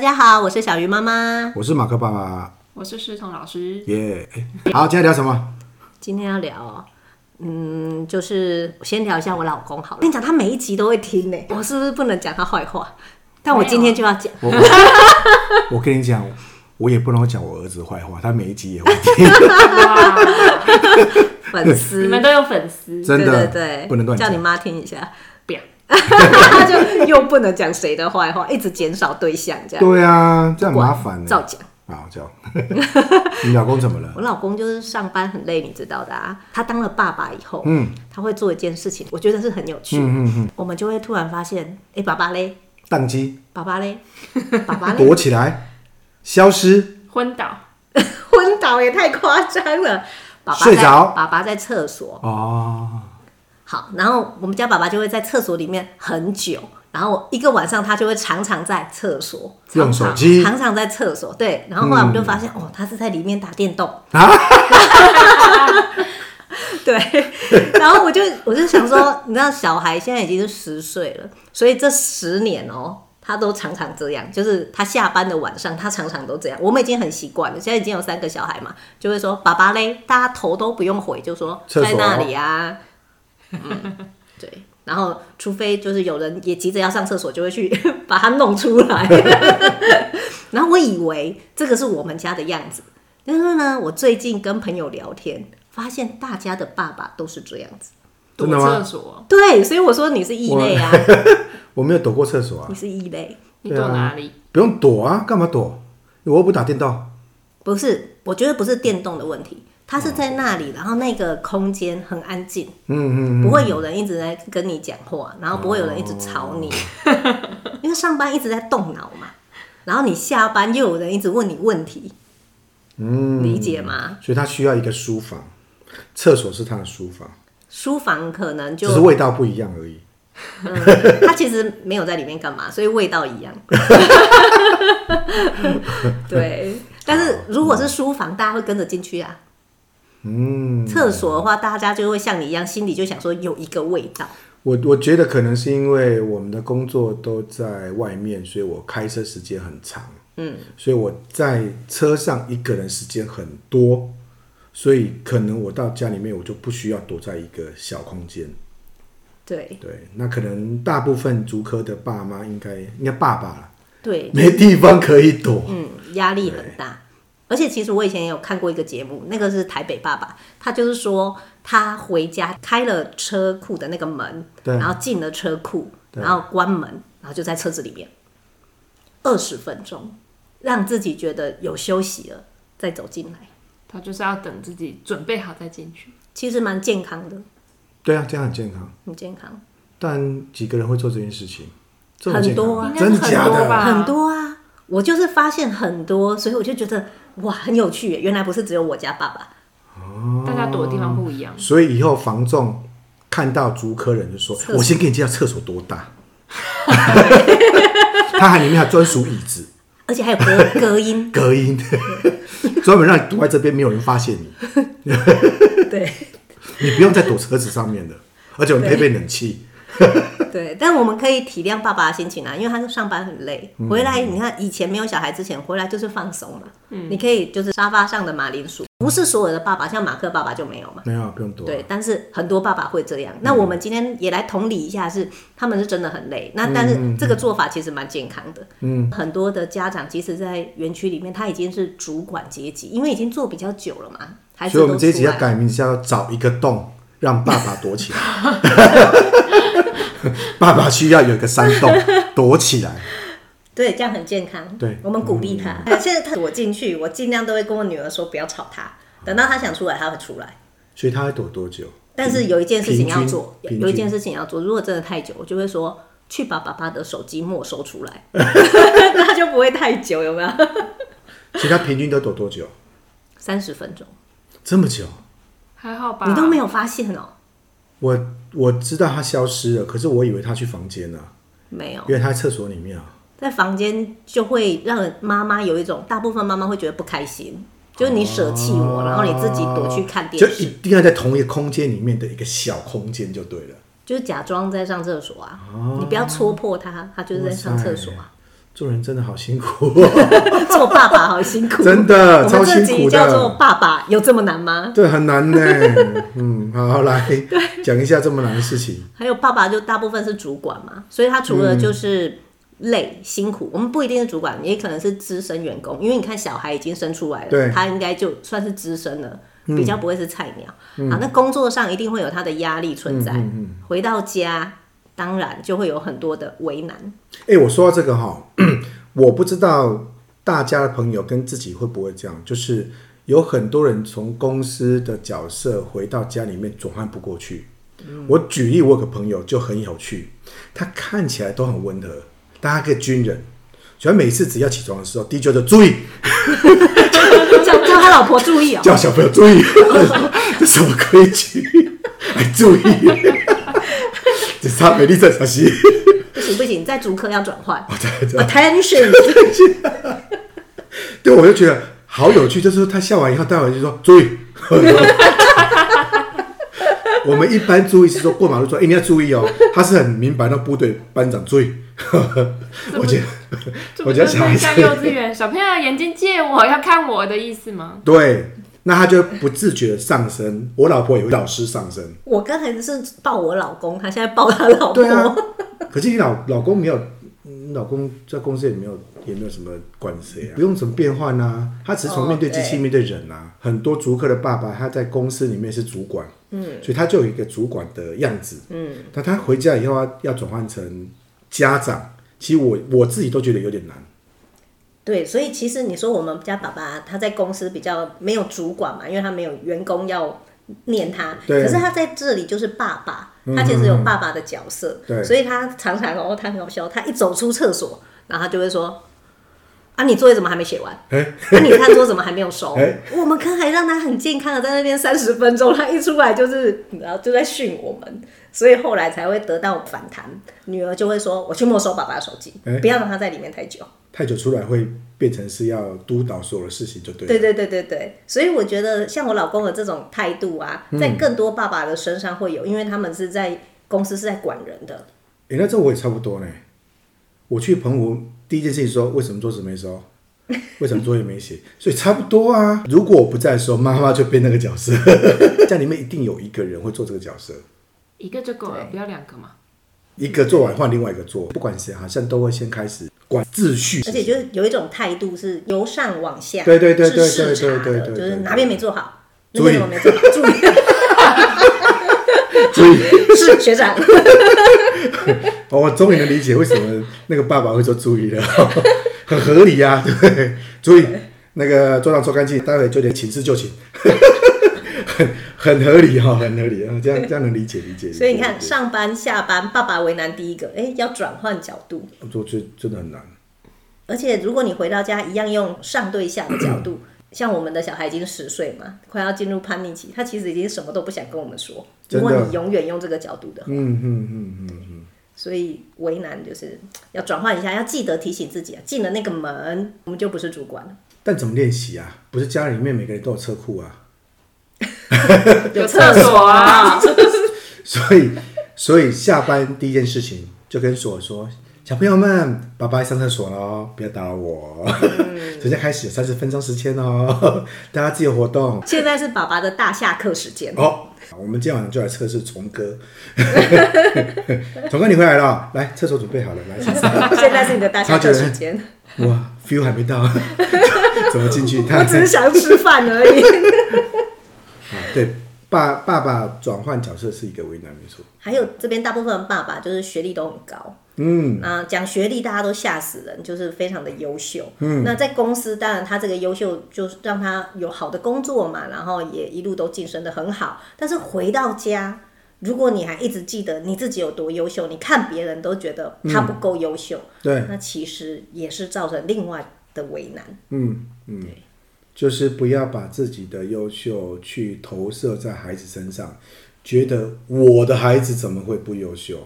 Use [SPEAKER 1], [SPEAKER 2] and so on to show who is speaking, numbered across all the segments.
[SPEAKER 1] 家好，我是小鱼妈妈。
[SPEAKER 2] 我是马克爸爸，
[SPEAKER 3] 我是师彤老师。
[SPEAKER 2] 耶、哎好，今天聊什么？
[SPEAKER 1] 今天要聊，嗯，就是先聊一下我老公好了。跟你讲，他每一集都会听呢，啊我是不是不能讲他坏话？但我今天就要讲，
[SPEAKER 2] 我 我我跟你讲，我也不能讲我儿子坏话，他每一集也会 听，
[SPEAKER 3] 哇，
[SPEAKER 1] 粉
[SPEAKER 3] 你
[SPEAKER 1] 丝
[SPEAKER 3] 们都有粉丝，
[SPEAKER 2] 真
[SPEAKER 1] 对
[SPEAKER 2] 的
[SPEAKER 1] 对对，
[SPEAKER 2] 不能乱
[SPEAKER 1] 叫
[SPEAKER 2] 讲
[SPEAKER 1] 你。妈听一下，
[SPEAKER 3] 不要
[SPEAKER 1] 就又不能讲谁的坏话，一直减少对象这样，
[SPEAKER 2] 对啊，这样麻烦呢、
[SPEAKER 1] 照讲。
[SPEAKER 2] 好，这样。 你老公怎么了？
[SPEAKER 1] 我老公就是上班很累，你知道的啊。他当了爸爸以后，
[SPEAKER 2] 嗯
[SPEAKER 1] 他会做一件事情，我觉得是很有趣。
[SPEAKER 2] 嗯嗯嗯，
[SPEAKER 1] 我们就会突然发现，哎、爸爸嘞，
[SPEAKER 2] 宕机，
[SPEAKER 1] 爸爸嘞，爸爸嘞，
[SPEAKER 2] 躲起来，消失，
[SPEAKER 3] 昏倒，
[SPEAKER 1] 昏倒也太夸张了。爸爸在
[SPEAKER 2] 睡着
[SPEAKER 1] 爸爸在厕所。
[SPEAKER 2] 哦，
[SPEAKER 1] 好，然后我们家爸爸就会在厕所里面很久，然后一个晚上他就会常常在厕所，
[SPEAKER 2] 用手机嗯
[SPEAKER 1] 常常在厕所。对，然后后来我们就发现，哦，他是在里面打电 动。
[SPEAKER 2] 啊，
[SPEAKER 1] 对， 然后我就我就想说，你知道小孩现在已经是十岁了，所以这十年哦、他都常常这样，就是他下班的晚上，他常常都这样。我们已经很习惯了，现在已经有三个小孩嘛，就会说爸爸嘞，大家头都不用回，就说
[SPEAKER 2] 厕所
[SPEAKER 1] 在
[SPEAKER 2] 哦
[SPEAKER 1] 那里啊，嗯，对。然后，除非就是有人也急着要上厕所，就会去 把它弄出来。 然后我以为这个是我们家的样子，但是呢，我最近跟朋友聊天，发现大家的爸爸都是这样子。
[SPEAKER 3] 躲
[SPEAKER 2] 真的吗
[SPEAKER 3] 厕所，
[SPEAKER 1] 对，所以我说你是异类啊，
[SPEAKER 2] 我没有躲过厕所啊
[SPEAKER 1] 你，是异类，
[SPEAKER 3] 你躲哪里？
[SPEAKER 2] 不用躲啊，干嘛躲？我又不打电动，
[SPEAKER 1] 不是？我觉得不是电动的问题，他是在那里，然后那个空间很安静，
[SPEAKER 2] 嗯嗯
[SPEAKER 1] 不会有人一直在跟你讲话，然后不会有人一直吵你，
[SPEAKER 2] 嗯
[SPEAKER 1] 因为上班一直在动脑嘛。然后你下班又有人一直问你问题，
[SPEAKER 2] 嗯，
[SPEAKER 1] 理解吗？
[SPEAKER 2] 所以他需要一个书房，厕所是他的书房，
[SPEAKER 1] 书房可能
[SPEAKER 2] 只
[SPEAKER 1] 就是
[SPEAKER 2] 味道不一样而已。
[SPEAKER 1] 他其实没有在里面干嘛，所以味道一样。对，但是如果是书房，大家会跟着进去啊。
[SPEAKER 2] 嗯，
[SPEAKER 1] 厕所的话，大家就会像你一样，心里就想说有一个味道。
[SPEAKER 2] 我我觉得可能是因为我们的工作都在外面，所以我开车时间很长，
[SPEAKER 1] 嗯，
[SPEAKER 2] 所以我在车上一个人时间很多，所以可能我到家里面我就不需要躲在一个小空间。
[SPEAKER 1] 对
[SPEAKER 2] 对，那可能大部分竹科的爸妈应该应该爸爸啦
[SPEAKER 1] 对，
[SPEAKER 2] 没地方可以躲。
[SPEAKER 1] 嗯，压力很大。而且其实我以前也有看过一个节目，那个是台北爸爸，他就是说他回家开了车库的那个门，
[SPEAKER 2] 对
[SPEAKER 1] 然后进了车库，
[SPEAKER 2] 对
[SPEAKER 1] 然后关门，然后就在车子里面二十分钟，让自己觉得有休息了再走进来，
[SPEAKER 3] 他就是要等自己准备好再进去。
[SPEAKER 1] 其实蛮健康的，
[SPEAKER 2] 对啊，这样很健康，
[SPEAKER 1] 很健康，
[SPEAKER 2] 但几个人会做这件事情？这么
[SPEAKER 1] 很
[SPEAKER 2] 健康
[SPEAKER 1] 多啊，
[SPEAKER 3] 应该是
[SPEAKER 2] 真的假
[SPEAKER 3] 很多吧
[SPEAKER 2] 的？
[SPEAKER 1] 很多啊，我就是发现很多，所以我就觉得哇很有趣耶，原来不是只有我家爸爸，
[SPEAKER 3] 大家躲的地方不一样，
[SPEAKER 2] 所以以后房仲看到竹科人就说
[SPEAKER 1] 厕：“所
[SPEAKER 2] 我先给你介绍厕所多大。” 他还里面还专属椅子、
[SPEAKER 1] 而且还有 隔隔音，
[SPEAKER 2] 隔音， 专门让你躲在这边，没有人发现你，
[SPEAKER 1] 对。
[SPEAKER 2] 你不用再躲车子上面了。而且我们配备冷气，
[SPEAKER 1] 对，但我们可以体谅爸爸的心情啊，因为他是上班很累，
[SPEAKER 2] 嗯
[SPEAKER 1] 回来你看以前没有小孩之前，回来就是放松嘛。
[SPEAKER 2] 嗯
[SPEAKER 1] 你可以就是沙发上的马铃薯，不是所有的爸爸，像马克爸爸就没有嘛。
[SPEAKER 2] 没有不用躲。啊
[SPEAKER 1] 对，但是很多爸爸会这
[SPEAKER 2] 嗯
[SPEAKER 1] 样。那我们今天也来同理一下是，他们是真的很累。那但是
[SPEAKER 2] 嗯
[SPEAKER 1] 这个做法其实蛮健康的。嗯，很多的家长即使在园区里面，他已经是主管阶级，因为已经做比较久了嘛，孩子
[SPEAKER 2] 所以我们
[SPEAKER 1] 都
[SPEAKER 2] 这一集
[SPEAKER 1] 出
[SPEAKER 2] 要
[SPEAKER 1] 来了
[SPEAKER 2] 改名叫“找一个洞让爸爸躲 起来”，爸爸需要有一个山洞躲起来。
[SPEAKER 1] 对，这样很健康。
[SPEAKER 2] 对嗯
[SPEAKER 1] 我们鼓励他。现在他我进去，我尽量都会跟我女儿说不要吵他，等到他想出来，他会出来。
[SPEAKER 2] 所以他会躲多久？
[SPEAKER 1] 但是有一件事情要做，
[SPEAKER 2] 平均
[SPEAKER 1] 有一件事情要做。如果真的太久，我就会说去把爸爸的手机没收出 来，那他就不会太久，有没有？
[SPEAKER 2] 所以他平均都躲多久？
[SPEAKER 1] 三十分钟，
[SPEAKER 2] 这么久？
[SPEAKER 3] 还好吧？
[SPEAKER 1] 你都没有发现哦、
[SPEAKER 2] 我我知道他消失了，可是我以为他去房间了，
[SPEAKER 1] 没有，
[SPEAKER 2] 因为他在厕所里面啊。
[SPEAKER 1] 在房间就会让人妈妈有一种，大部分妈妈会觉得不开心，就是你舍弃我，然后你自己躲去看电
[SPEAKER 2] 哦就
[SPEAKER 1] 视，
[SPEAKER 2] 一定要在同一个空间里面的一个小空间就对了。哦
[SPEAKER 1] 就是假装在上厕所啊，你不要戳破他，他就是在上厕所啊。
[SPEAKER 2] 做人真的好辛苦、哦，
[SPEAKER 1] 做爸爸好辛苦，
[SPEAKER 2] 真的
[SPEAKER 1] 我
[SPEAKER 2] 超
[SPEAKER 1] 们这
[SPEAKER 2] 辛
[SPEAKER 1] 集
[SPEAKER 2] 苦
[SPEAKER 1] 叫做
[SPEAKER 2] 的。
[SPEAKER 1] 爸爸，有这么难吗？
[SPEAKER 2] 对，很难呢。嗯，好，来讲一下这么难的事情。
[SPEAKER 1] 还有爸爸就大部分是主管嘛，所以他除了就是累、辛苦，我们不一定是主管，也可能是资深员工，因为你看小孩已经生出来
[SPEAKER 2] 对嗯
[SPEAKER 1] 了，他应该就算是资深了，比较不会是菜鸟、啊。那工作上一定会有他的压力存在，
[SPEAKER 2] 嗯
[SPEAKER 1] 回到家当然就会有很多的为难。
[SPEAKER 2] 哎、我说到这个哈、我不知道大家的朋友跟自己会不会这样，就是有很多人从公司的角色回到家里面转换不过去。我举例，我有个朋友就很有趣，他看起来都很温和，但他是个军人，所以他每次只要起床的时候，第一句就注意，
[SPEAKER 1] 叫叫他老婆注意哦、
[SPEAKER 2] 叫小朋友注意， 这什么规矩？ 还注意， 这差美丽在小心。
[SPEAKER 1] 不行不行，在主科要转换
[SPEAKER 2] 我在这，
[SPEAKER 1] attention，
[SPEAKER 2] 对，我就觉得好有趣，就是他笑完以后，待会就说注意。我们一般注意是说过马路说，哎、你要注意哦。他是很明白，那部队班长注意。我觉得，
[SPEAKER 3] 这
[SPEAKER 2] 我
[SPEAKER 3] 不
[SPEAKER 2] 觉
[SPEAKER 3] 就
[SPEAKER 2] 得小孩
[SPEAKER 3] 是
[SPEAKER 2] 子
[SPEAKER 3] 像幼稚园小朋友眼睛借我，要看我的意思吗？
[SPEAKER 2] 对，那他就不自觉的上升。我老婆也会老师上升。
[SPEAKER 1] 我刚才是抱我老公，他现在抱他老婆，
[SPEAKER 2] 对啊，可是你老老公没有，嗯老公在公司也没有也没有什么关系啊，不用怎么变换啊，他只是从
[SPEAKER 1] 哦
[SPEAKER 2] 面对机器、
[SPEAKER 1] 对
[SPEAKER 2] 面对人啊。很多足客的爸爸他在公司里面是主管，嗯，所以他就有一个主管的样子，嗯，但他回家以后要要转换成家长，其实我我自己都觉得有点难。
[SPEAKER 1] 对，所以其实你说我们家爸爸他在公司比较没有主管嘛，因为他没有员工要念他，
[SPEAKER 2] 对嗯
[SPEAKER 1] 可是他在这里就是爸爸，他其实有爸爸的角色，
[SPEAKER 2] 对
[SPEAKER 1] 所以他常常哦，他很好笑，他一走出厕所，然后他就会说。啊，你作业怎么还没写完？
[SPEAKER 2] 哎
[SPEAKER 1] 啊，你看桌怎么还没有收？
[SPEAKER 2] 哎
[SPEAKER 1] 我们刚才让他很健康的在那边三十分钟，他一出来就是，然后就在训我们，所以后来才会得到反弹。女儿就会说：“我去没收爸爸的手机，
[SPEAKER 2] 哎
[SPEAKER 1] 不要让他在里面太久。”
[SPEAKER 2] 太久出来会变成是要督导所有的事情，就对了。啊
[SPEAKER 1] 对对对对对，所以我觉得像我老公的这种态度啊，
[SPEAKER 2] 嗯
[SPEAKER 1] 在更多爸爸的身上会有，因为他们是在公司是在管人的。
[SPEAKER 2] 哎、那这我也差不多呢。我去澎湖第一件事情说，为什么桌子没收？为什么作业没写？ 所以差不多啊。如果我不在的时候，妈妈就变那个角色。 家里面一定有一个人会做这个角色，
[SPEAKER 3] 一个就够了，不要两个嘛。
[SPEAKER 2] 一个做完换另外一个做，不管谁，好像都会先开始管秩序。
[SPEAKER 1] 而且就是有一种态度是由上往下，
[SPEAKER 2] 对对对对
[SPEAKER 1] 是视察的
[SPEAKER 2] 对对对对对
[SPEAKER 1] 就是哪边没做好，那
[SPEAKER 2] 注意
[SPEAKER 1] 边怎么没做好， 注意，
[SPEAKER 2] 所以，
[SPEAKER 1] 是学 长，
[SPEAKER 2] 哦我终于能理解为什么那个爸爸会说注意了， 很合理呀、啊，对不对？注意那个桌上抽干净，待会就得请示就寝，很很合理哈、很合理啊，这样这样能理解理解。
[SPEAKER 1] 所以你
[SPEAKER 2] 理
[SPEAKER 1] 看
[SPEAKER 2] 解
[SPEAKER 1] 上班下班，爸爸为难第一个，哎，要转换角度，
[SPEAKER 2] 我觉得真的很难。
[SPEAKER 1] 而且如果你回到家一样用上对下的角度。 像我们的小孩已经十岁嘛，快要进入叛逆期，他其实已经什么都不想跟我们说。如果
[SPEAKER 2] 真的
[SPEAKER 1] 你永远用这个角度的话
[SPEAKER 2] 嗯嗯嗯嗯嗯，
[SPEAKER 1] 所以为难就是要转换一下，要记得提醒自己啊，进了那个门，我们就不是主管了，
[SPEAKER 2] 但怎么练习啊？不是家里面每个人都有车库啊，
[SPEAKER 1] 有
[SPEAKER 3] 厕所啊，
[SPEAKER 2] 所以所以下班第一件事情就跟所说。小朋友们，爸爸去上厕所了哦，不要打扰我。
[SPEAKER 1] 嗯
[SPEAKER 2] 从现在开始三十分钟时间哦， 大家自由活动。
[SPEAKER 1] 现在是爸爸的大下课时 间，
[SPEAKER 2] 哦，好我们今天晚上就来测试虫哥。 虫哥，你回来了，来厕所准备好了，来。先 生
[SPEAKER 1] 现在是你的大下课时间。
[SPEAKER 2] 哇，feel 还没到， 怎么进去？他
[SPEAKER 1] 我只 是想吃饭而已。
[SPEAKER 2] 啊对爸爸爸转换角色是一个为难，没错。
[SPEAKER 1] 还有这边大部分的爸爸就是学历都很高，
[SPEAKER 2] 嗯，
[SPEAKER 1] 那讲学历大家都吓死人，就是非常的优秀。
[SPEAKER 2] 嗯
[SPEAKER 1] 那在公司当然他这个优秀就是让他有好的工作嘛，然后也一路都晋升的很好。但是回到家，如果你还一直记得你自己有多优秀，你看别人都觉得他不够优秀，
[SPEAKER 2] 嗯对，
[SPEAKER 1] 那其实也是造成另外的为难。
[SPEAKER 2] 嗯嗯，就是不要把自己的优秀去投射在孩子身上，觉得我的孩子怎么会不优秀？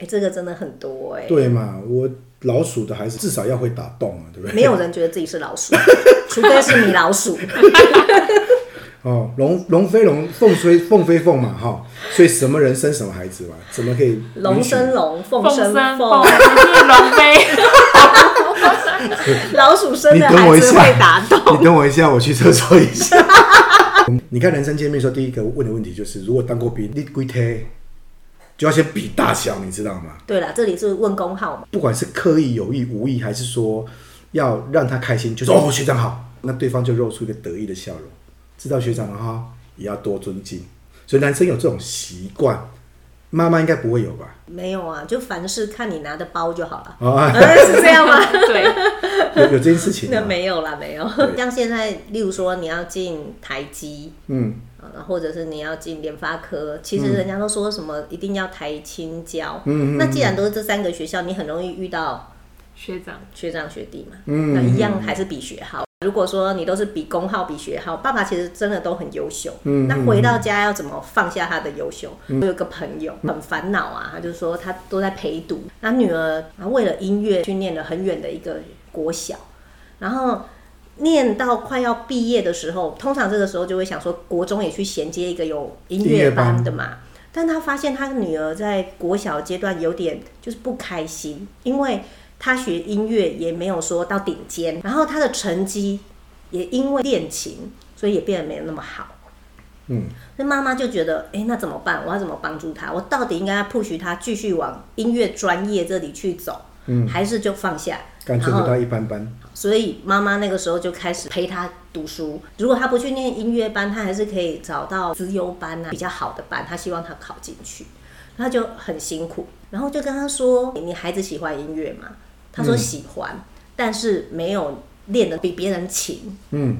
[SPEAKER 1] 哎、这个真的很多哎、
[SPEAKER 2] 对嘛？我老鼠的孩子至少要会打洞啊，对不对？
[SPEAKER 1] 没有人觉得自己是老 鼠，除非是米老鼠。
[SPEAKER 2] 哦，龙龙飞龙，凤飞凤飞凤嘛，哈、所以什么人生什么孩子嘛，怎么可以
[SPEAKER 1] 龙
[SPEAKER 2] 允许
[SPEAKER 1] 生龙，凤
[SPEAKER 3] 凤
[SPEAKER 1] 生
[SPEAKER 3] 生
[SPEAKER 1] 凤
[SPEAKER 3] 凤，。是龙飞，
[SPEAKER 1] 老鼠生
[SPEAKER 2] 你
[SPEAKER 1] 的
[SPEAKER 2] 等我
[SPEAKER 1] 孩
[SPEAKER 2] 一
[SPEAKER 1] 子
[SPEAKER 2] 下
[SPEAKER 1] 会 打
[SPEAKER 2] 你
[SPEAKER 1] 洞。
[SPEAKER 2] 等我一下，我去厕所一下。 你看人生见面的时候，第一个问的问题就是，如果当过兵，你归贴就要先比大小，你知道吗？
[SPEAKER 1] 对了，这里是问工号嘛？
[SPEAKER 2] 不管是刻意、有意、无意，还是说要让他开心，就是哦学长好，那对方就露出一个得意的笑容，知道学长了哈，也要多尊敬。所以男生有这种习惯，妈妈应该不会有吧？
[SPEAKER 1] 没有啊，就凡事看你拿的包就好了。
[SPEAKER 2] 啊，
[SPEAKER 1] 呃是这样吗？
[SPEAKER 3] 对，
[SPEAKER 2] 有有这件事情、
[SPEAKER 1] 那
[SPEAKER 2] 啊，
[SPEAKER 1] 没有啦，没有。
[SPEAKER 2] 对
[SPEAKER 1] 像现在，例如说你要进台积，
[SPEAKER 2] 嗯，
[SPEAKER 1] 呃，或者是你要进联发科，其实人家都说什么一定要台青交。
[SPEAKER 2] 嗯嗯嗯
[SPEAKER 1] 那既然都是这三个学校，你很容易遇到
[SPEAKER 3] 学长，
[SPEAKER 1] 学长学弟嘛。
[SPEAKER 2] 嗯
[SPEAKER 1] 那一样还是比学好。如果说你都是比功号、比学好，爸爸其实真的都很优秀。
[SPEAKER 2] 嗯
[SPEAKER 1] 那回到家要怎么放下他的优秀？我有个朋友很烦恼啊，他就说他都在陪读，那女儿啊为了音乐去念了很远的一个国小，然后。念到快要毕业的时候，通常这个时候就会想说，国中也去衔接一个有音
[SPEAKER 2] 音乐
[SPEAKER 1] 乐
[SPEAKER 2] 班
[SPEAKER 1] 班的嘛。但他发现他女儿在国小阶段有点就是不开心，因为他学音乐也没有说到顶尖，然后他的成绩也因为练琴，所以也变得没有那么好。
[SPEAKER 2] 嗯，
[SPEAKER 1] 那妈妈就觉得，哎、那怎么办？我要怎么帮助他？我到底应该 push 他继续往音乐专业这里去走，嗯，还是就放下？
[SPEAKER 2] 干脆
[SPEAKER 1] 然
[SPEAKER 2] 回
[SPEAKER 1] 后
[SPEAKER 2] 到一般般。
[SPEAKER 1] 所以妈妈那个时候就开始陪他读书。如果他不去念音乐班，他还是可以找到资优班啊，比较好的班。他希望他考进去，他就很辛苦。然后就跟他说：“你孩子喜欢音乐吗？”他说喜欢，但是没有练得比别人勤。
[SPEAKER 2] 嗯，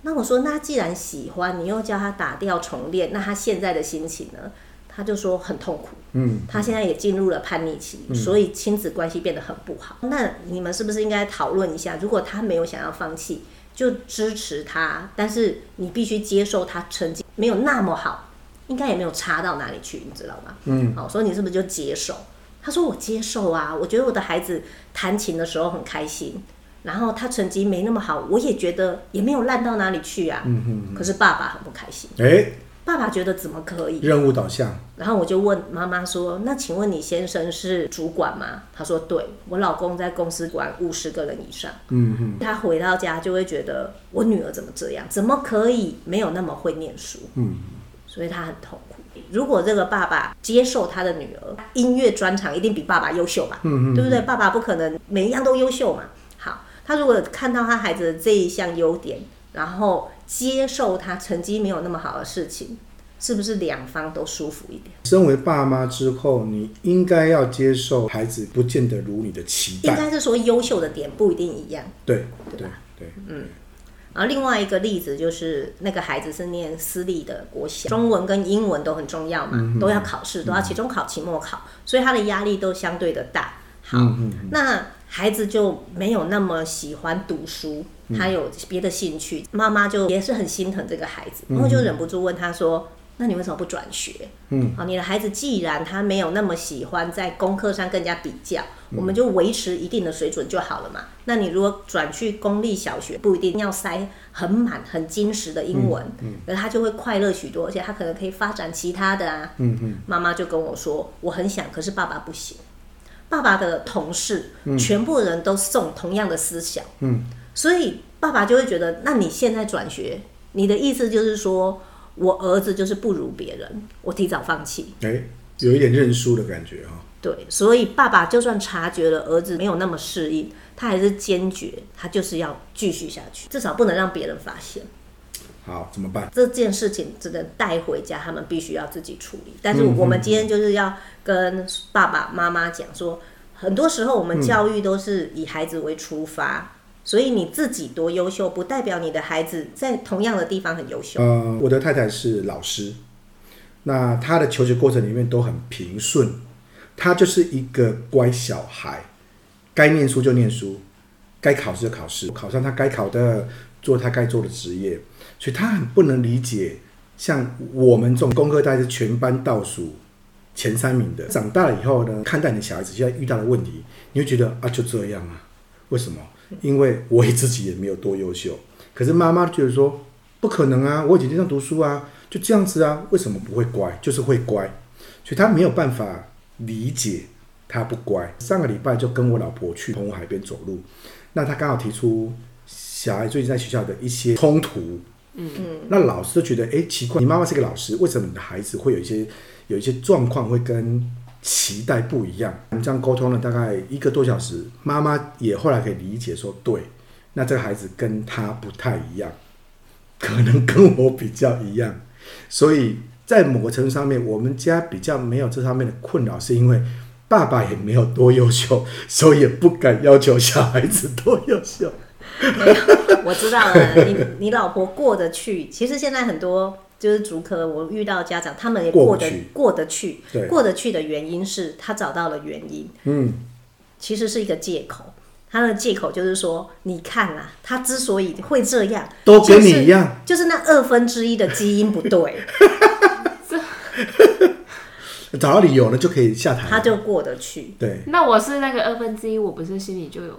[SPEAKER 1] 那我说，那既然喜欢，你又叫他打掉重练，那他现在的心情呢？他就说很痛苦，
[SPEAKER 2] 嗯，
[SPEAKER 1] 他现在也进入了叛逆期，所以亲子关系变得很不好。那你们是不是应该讨论一下？如果他没有想要放弃，就支持他，但是你必须接受他成绩没有那么好，应该也没有差到哪里去，你知道吗？嗯，好，所以你是不是就接受？他说我接受啊，我觉得我的孩子弹琴的时候很开心，然后他成绩没那么好，我也觉得也没有烂到哪里去啊。嗯可是爸爸很不开心，
[SPEAKER 2] 哎、
[SPEAKER 1] 爸爸觉得怎么可以？
[SPEAKER 2] 任务导向，
[SPEAKER 1] 然后我就问妈妈说：“那请问你先生是主管吗？”他说：“对，我老公在公司管五十个人以上。”
[SPEAKER 2] 嗯嗯
[SPEAKER 1] 他回到家就会觉得我女儿怎么这样，怎么可以没有那么会念书？
[SPEAKER 2] 嗯，
[SPEAKER 1] 所以他很痛苦。如果这个爸爸接受他的女儿音乐专长，一定比爸爸优秀吧？嗯嗯，对不对？爸爸不可能每一样都优秀嘛。好，他如果看到他孩子的这一项优点，然后接受他成绩没有那么好的事情，是不是两方都舒服一点？
[SPEAKER 2] 身为爸妈之后，你应该要接受孩子不见得如你的期
[SPEAKER 1] 应
[SPEAKER 2] 待，
[SPEAKER 1] 该是说优秀的点不一定一样。
[SPEAKER 2] 对对对，
[SPEAKER 1] 然后另外一个例子就是那个孩子是念私立的国小，中文跟英文都很重要嘛，都要考试，都要期中考、期末考，所以他的压力都相对的大。好，那孩子就没有那么喜欢读书，他有别的兴趣，妈妈就也是很心疼这个孩子，然后就忍不住问他说：“那你为什么不转学？”嗯，好，你的孩子既然他没有那么喜欢在功课上跟人家比较，我们就维持一定的水准就好了嘛。那你如果转去公立小学，不一定要塞很满、很精实的英文，嗯，而他就会快乐许多，而且他可能可以发展其他的啊。嗯嗯，妈妈就跟我说，我很想，可是爸爸不行。爸爸的同事，全部人都送同样的思想，
[SPEAKER 2] 嗯，
[SPEAKER 1] 所以爸爸就会觉得，那你现在转学，你的意思就是说我儿子就是不如别人，我提早放弃。
[SPEAKER 2] 哎、有一点认输的感觉哈、
[SPEAKER 1] 对，所以爸爸就算察觉了儿子没有那么适应，他还是坚决，他就是要继续下去，至少不能让别人发现。
[SPEAKER 2] 好，怎么办？
[SPEAKER 1] 这件事情只能带回家，他们必须要自己处理。但是我们今天就是要跟爸爸妈妈讲说，很多时候我们教育都是以孩子为出发，所以你自己多优秀，不代表你的孩子在同样的地方很优秀。
[SPEAKER 2] 呃，我的太太是老师，那她的求学过程里面都很平顺，她就是一个乖小孩，该念书就念书，该考试就考试，考上她该考的，做她该做的职业，所以她很不能理解，像我们这种功课大概是全班倒数前三名的，长大了以后呢，看待你的小孩子现在遇到的问题，你会觉得啊就这样啊，为什么？因为我也自己也没有多优秀，可是妈妈觉得说不可能啊，我姐姐上读书啊，就这样子啊，为什么不会乖？就是会乖，所以她没有办法理解他不乖。上个礼拜就跟我老婆去澎湖海边走路，那他刚好提出小孩最近在学校的一些冲突，嗯，那老师就觉得，哎、奇怪，你妈妈是个老师，为什么你的孩子会有一些有一些状况会跟期待不一样？我们这样沟通了大概一个多小时，妈妈也后来可以理解说，对，那这个孩子跟他不太一样，可能跟我比较一样，所以在某个程度上面，我们家比较没有这方面的困扰，是因为爸爸也没有多优秀，所以也不敢要求小孩子多优秀。
[SPEAKER 1] 我知道 了，你你老婆过得去。其实现在很多就是竹科，我遇到家长，他们也
[SPEAKER 2] 过不
[SPEAKER 1] 过得
[SPEAKER 2] 去
[SPEAKER 1] 过得去
[SPEAKER 2] 对，
[SPEAKER 1] 过得去的原因是他找到了原因，
[SPEAKER 2] 嗯，
[SPEAKER 1] 其实是一个借口。他的借口就是说，你看啊，他之所以会这样，
[SPEAKER 2] 都跟你
[SPEAKER 1] 就是
[SPEAKER 2] 一样，
[SPEAKER 1] 就是那二分之一的基因不 对，
[SPEAKER 2] 找到理由了就可以下台
[SPEAKER 1] 他
[SPEAKER 2] 了。
[SPEAKER 1] 就过得去。
[SPEAKER 2] 对，
[SPEAKER 3] 那我是那个二分之一，我不是心里就有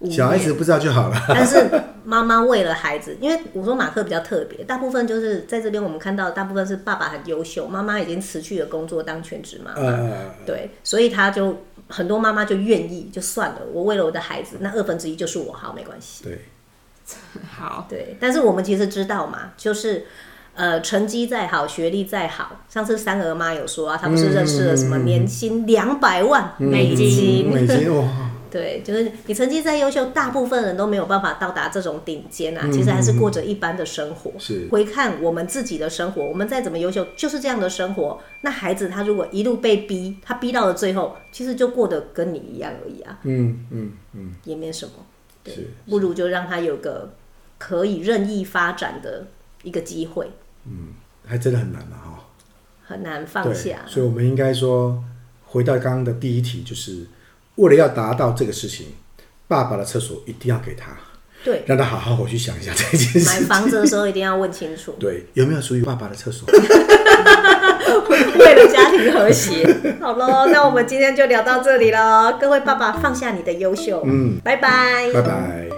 [SPEAKER 3] 五
[SPEAKER 2] 小孩子
[SPEAKER 3] 年
[SPEAKER 2] 不知道就好了。
[SPEAKER 1] 但是妈妈为了孩子，因为我说马克比较特别，大部分就是在这边我们看到，大部分是爸爸很优秀，妈妈已经辞去了工作当全职妈妈，
[SPEAKER 2] 呃，
[SPEAKER 1] 对，所以他就很多妈妈就愿意，就算了，我为了我的孩子，那二分之一就是我，好，没关系。
[SPEAKER 2] 对，
[SPEAKER 3] 好，
[SPEAKER 1] 对，但是我们其实知道嘛，就是呃，成绩再好，学历再好，上次三儿妈有说啊，她不是认识了什么年薪两百万美金，
[SPEAKER 2] 美金哇，
[SPEAKER 1] 对，就是你成绩再优秀，大部分人都没有办法到达这种顶尖啊。其实还是过着一般的生活。
[SPEAKER 2] 是
[SPEAKER 1] 回看我们自己的生活，我们再怎么优秀，就是这样的生活。那孩子他如果一路被逼，他逼到了最后，其实就过得跟你一样而已啊，
[SPEAKER 2] 嗯嗯嗯，
[SPEAKER 1] 也没什么。对
[SPEAKER 2] 是，
[SPEAKER 1] 不如就让他有个可以任意发展的一个机会，
[SPEAKER 2] 还真的很难了哈。
[SPEAKER 1] 很难放
[SPEAKER 2] 对，
[SPEAKER 1] 下。
[SPEAKER 2] 所以我们应该说，回到刚刚的第一题，就是为了要达到这个事情，爸爸的厕所一定要给他，
[SPEAKER 1] 对，
[SPEAKER 2] 让他好好回去想一下这件
[SPEAKER 1] 买
[SPEAKER 2] 事。，
[SPEAKER 1] 房子的时候一定要问清楚
[SPEAKER 2] 对，有没有属于爸爸的厕所？
[SPEAKER 1] 为了家庭和谐。好喽，那我们今天就聊到这里喽，各位爸爸放下你的优秀，嗯，拜拜，
[SPEAKER 2] 拜拜。